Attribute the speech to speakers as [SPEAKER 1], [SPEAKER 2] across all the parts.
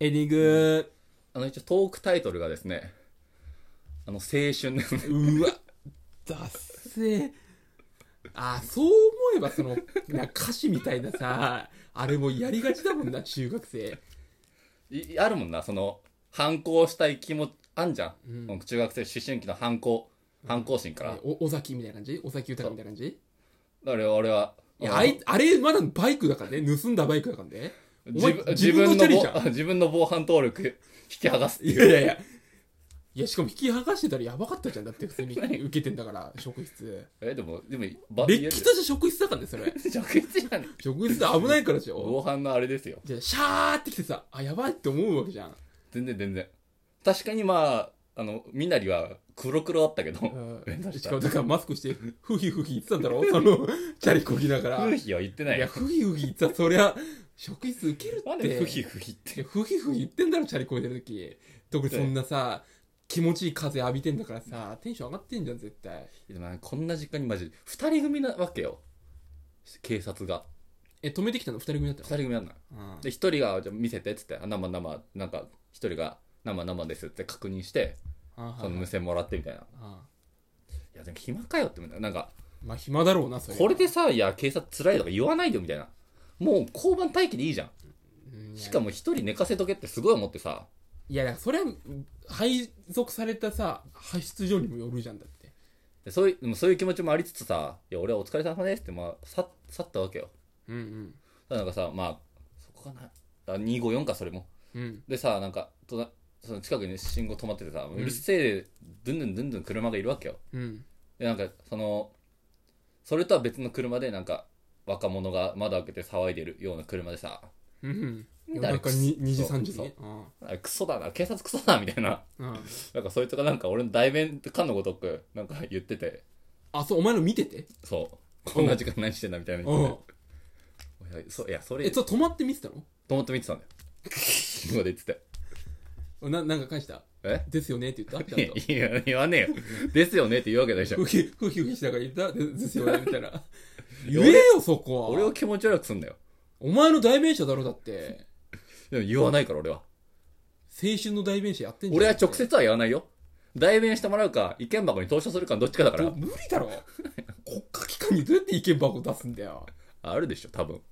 [SPEAKER 1] エンディング
[SPEAKER 2] あの一応トークタイトルがですねあの青春ですね
[SPEAKER 1] うわだっせあそう思えばそのな歌詞みたいなさあれもやりがちだもんな中学生
[SPEAKER 2] いいあるもんなその反抗したい気もあんじゃん、
[SPEAKER 1] う
[SPEAKER 2] 中学生思春期の反抗反抗心から、
[SPEAKER 1] お尾崎みたいな感じ尾崎豊みたいな感じ
[SPEAKER 2] だから俺はい
[SPEAKER 1] やあいあれまだバイクだからね盗んだバイクだからねお
[SPEAKER 2] 自
[SPEAKER 1] 前
[SPEAKER 2] 分自分の
[SPEAKER 1] 自分の一
[SPEAKER 2] ぼ
[SPEAKER 1] 人じ
[SPEAKER 2] 自分の防犯登録引き剥がすっ て
[SPEAKER 1] い
[SPEAKER 2] いう
[SPEAKER 1] やいやいやいやしかも引き剥がしてたらやばかったじゃんだって普通 に受けてんだから職質
[SPEAKER 2] えでもでもば
[SPEAKER 1] れっきとした職質だからねそれ
[SPEAKER 2] 言える直一 じゃん
[SPEAKER 1] 職質危ないからでしょ
[SPEAKER 2] 防犯のあれですよ
[SPEAKER 1] じゃあシャーってきてさあやばいって思うわけじゃん
[SPEAKER 2] 全然全然確かにまああのみなりは黒黒だったけど連打し
[SPEAKER 1] したかもだからマスクしてフヒフヒ言ってたんだろ そのチャリこぎながら
[SPEAKER 2] 不
[SPEAKER 1] い
[SPEAKER 2] 費は言ってない
[SPEAKER 1] やフヒフヒ言ってたそりゃ職質受ける
[SPEAKER 2] な
[SPEAKER 1] っ
[SPEAKER 2] ん
[SPEAKER 1] て
[SPEAKER 2] で不費不費って
[SPEAKER 1] いやフヒフヒ言ってんだろチャリこいでる時特にそんなさ気持ちいい風浴びてんだからさテンション上がってんじゃん絶対
[SPEAKER 2] でもこんな実家にマジ2人組なわけよ警察が
[SPEAKER 1] え止めてきたの二人組だった
[SPEAKER 2] 2
[SPEAKER 1] の
[SPEAKER 2] 人組なんだ
[SPEAKER 1] うん
[SPEAKER 2] で1人がじゃあ見せてっつってあ生生なんか1人が生生ですって確認して
[SPEAKER 1] あ
[SPEAKER 2] その
[SPEAKER 1] はい
[SPEAKER 2] 無線もらってみたいな
[SPEAKER 1] あ
[SPEAKER 2] いやでも暇かよって思うなんか
[SPEAKER 1] まあ暇だろうなそれは
[SPEAKER 2] これでさいや警察つらいとか言わないでよみたいなもう交番待機でいいじゃん
[SPEAKER 1] うん
[SPEAKER 2] しかも1人寝かせとけってすごい思ってさ
[SPEAKER 1] いやいやそれは配属されたさ派出所にもよるじゃんだって
[SPEAKER 2] でそういうでもそういう気持ちもありつつさ「いや俺はお疲れ様です」って、まあ、さ去ったわけよ
[SPEAKER 1] うん
[SPEAKER 2] だからなんかさまあそこかなあ254かそれも
[SPEAKER 1] うんうん
[SPEAKER 2] でさなんかとなその近くに信号止まっててさ、うるせえどんどんどんどん車がいるわけよ
[SPEAKER 1] うん
[SPEAKER 2] でなんかそのそれとは別の車でなんか若者が窓開けて騒いでるような車でさ
[SPEAKER 1] うん夜
[SPEAKER 2] 誰
[SPEAKER 1] 中に2時
[SPEAKER 2] そう
[SPEAKER 1] 3時
[SPEAKER 2] そう
[SPEAKER 1] にうん
[SPEAKER 2] あクソだな警察クソだなみたいな
[SPEAKER 1] うん
[SPEAKER 2] なんかそいつがなんか俺の代弁かのごとくなんか言ってて
[SPEAKER 1] あそうお前の見てて
[SPEAKER 2] そうこんな時間何してんだみたいな
[SPEAKER 1] う
[SPEAKER 2] 言っ
[SPEAKER 1] ん
[SPEAKER 2] てていやそいやそれ
[SPEAKER 1] えそう止まって見てたの
[SPEAKER 2] と思って見てたんだよ信号で言ってて
[SPEAKER 1] ななんか返した
[SPEAKER 2] え
[SPEAKER 1] ですよねって言ったちゃんと
[SPEAKER 2] いやいや言わねえよですよねって言うわけないじゃん
[SPEAKER 1] ふひふひふひしながら言ったでですよねみたいな言
[SPEAKER 2] や
[SPEAKER 1] えよそこは
[SPEAKER 2] 俺を気持ち悪くすんだよ
[SPEAKER 1] お前の代弁者だろだって
[SPEAKER 2] でも言わないから俺は
[SPEAKER 1] 青春の代弁者やってんじゃん
[SPEAKER 2] 俺は直接は言わないよ代弁してもらうか意見箱に投書するかのどっちかだから
[SPEAKER 1] もう無理だろ国家機関にどうやって意見箱出すんだよ
[SPEAKER 2] あるでしょ多分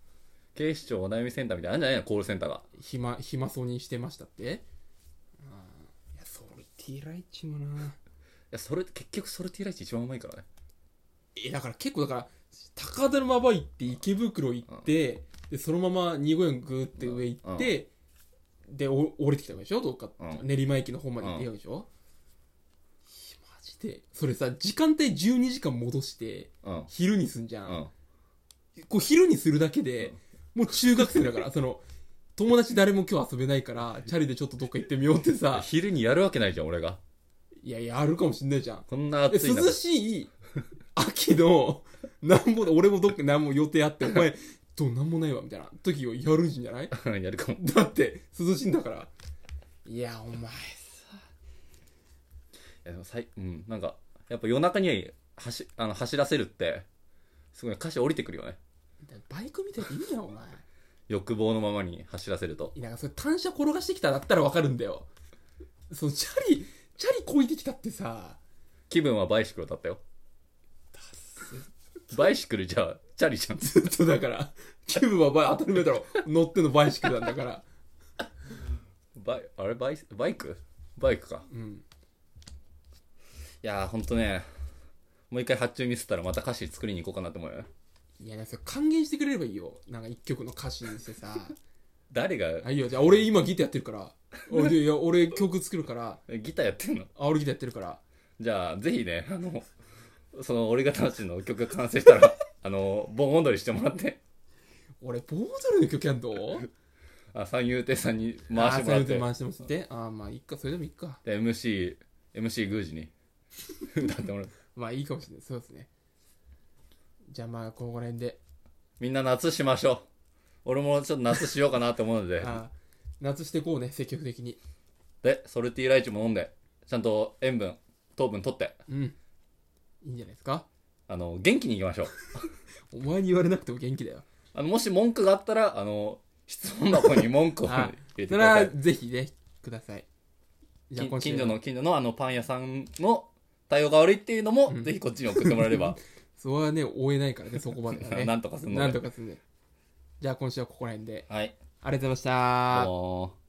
[SPEAKER 2] 警視庁お悩みセンターみたいなのあるんじゃないのコールセンターが
[SPEAKER 1] 暇暇そうにしてましたってあーいやソルティライチもない
[SPEAKER 2] やそれ結局ソルティライチ一番うまいからね
[SPEAKER 1] えだから結構だから高田馬場行って池袋行って、でそのまま254グーって上行って、でお降りてきたわけでしょどっか、
[SPEAKER 2] うん
[SPEAKER 1] 練馬駅の方まで行ってきたわけでしょ、いやマジでそれさ時間帯12時間戻して
[SPEAKER 2] うん
[SPEAKER 1] 昼にすんじゃん、
[SPEAKER 2] うん
[SPEAKER 1] こう昼にするだけで、もう中学生だ から、その、友達誰も今日遊べないから、チャリでちょっとどっか行ってみようってさ、
[SPEAKER 2] 昼にやるわけないじゃん俺が
[SPEAKER 1] いやいや、あるかもしんないじゃん。
[SPEAKER 2] こんな
[SPEAKER 1] え
[SPEAKER 2] 暑い中
[SPEAKER 1] 涼しい秋の、なんも、俺もどっかなんも予定あ って、お前、どうなんもないわ、みたいな時をやるんじゃない
[SPEAKER 2] やるかも
[SPEAKER 1] だって、涼しいんだから。いや、お前さ、
[SPEAKER 2] いやでもさいうんなんかやっぱ夜中にはしあの走らせるってすごい歌詞降りてくるよね
[SPEAKER 1] バイクみたいでいいじゃん、お前。
[SPEAKER 2] 欲望のままに走らせると
[SPEAKER 1] いや、なんかそれ単車転がしてきただったらわかるんだよ。その、チャリ、チャリこいてきたってさ、
[SPEAKER 2] 気分はバイシクルだったよバイシクルじゃあチャリじゃん
[SPEAKER 1] ずっとだから、気分はバイ当たり前だろ。乗ってのバイシクルなんだから。
[SPEAKER 2] バイあれバイバイクバイクか
[SPEAKER 1] うん。
[SPEAKER 2] いやーほんとねもう一回発注ミスったらまた歌詞作りに行こうかなと思うよね
[SPEAKER 1] いや、それ還元してくれればいいよ。なんか一曲の歌詞にしてさ。
[SPEAKER 2] 誰が
[SPEAKER 1] あ、いいよ。じゃあ俺今ギターやってるから。俺、いや、俺曲作るから。
[SPEAKER 2] えギターやってんの
[SPEAKER 1] あ、俺ギターやってるから。
[SPEAKER 2] じゃあぜひねあのその俺が魂の曲が完成した らあの盆踊りしてもらって
[SPEAKER 1] 俺、ボードルの曲やんど
[SPEAKER 2] あ三遊亭さんに回してもらっ
[SPEAKER 1] あそれ
[SPEAKER 2] て
[SPEAKER 1] で回してもらって。あ、まあいいか。それでもいいか。
[SPEAKER 2] で MC MC 宮司に歌ってもらう
[SPEAKER 1] まあいいかもしれない。そうですね。じゃあまあ、ここら辺で。
[SPEAKER 2] みんな夏しましょう俺もちょっと夏しようかなと思うの で
[SPEAKER 1] あ夏してこうね、積極的に。
[SPEAKER 2] でソルティライチも飲んでちゃんと塩分糖分取って
[SPEAKER 1] うん。いいんじゃないですか。
[SPEAKER 2] あの元気にいきましょう
[SPEAKER 1] お前に言われなくても元気だよ。
[SPEAKER 2] あのもし文句があったらあの質問箱に文句を
[SPEAKER 1] は
[SPEAKER 2] 入
[SPEAKER 1] い
[SPEAKER 2] れて
[SPEAKER 1] それ
[SPEAKER 2] くださ。
[SPEAKER 1] はいぜひね、ください。じゃあ
[SPEAKER 2] 近
[SPEAKER 1] 今週
[SPEAKER 2] 近所の、近所のあのパン屋さんの対応が悪いっていうのも、
[SPEAKER 1] うん
[SPEAKER 2] ぜひこっちに送ってもらえれば、
[SPEAKER 1] それはね、追えないからね、そこまではね。
[SPEAKER 2] なんとかすんので
[SPEAKER 1] なんとかすんね。じゃあ今週はここら辺で。
[SPEAKER 2] はい。
[SPEAKER 1] ありがとうございました。
[SPEAKER 2] どうもー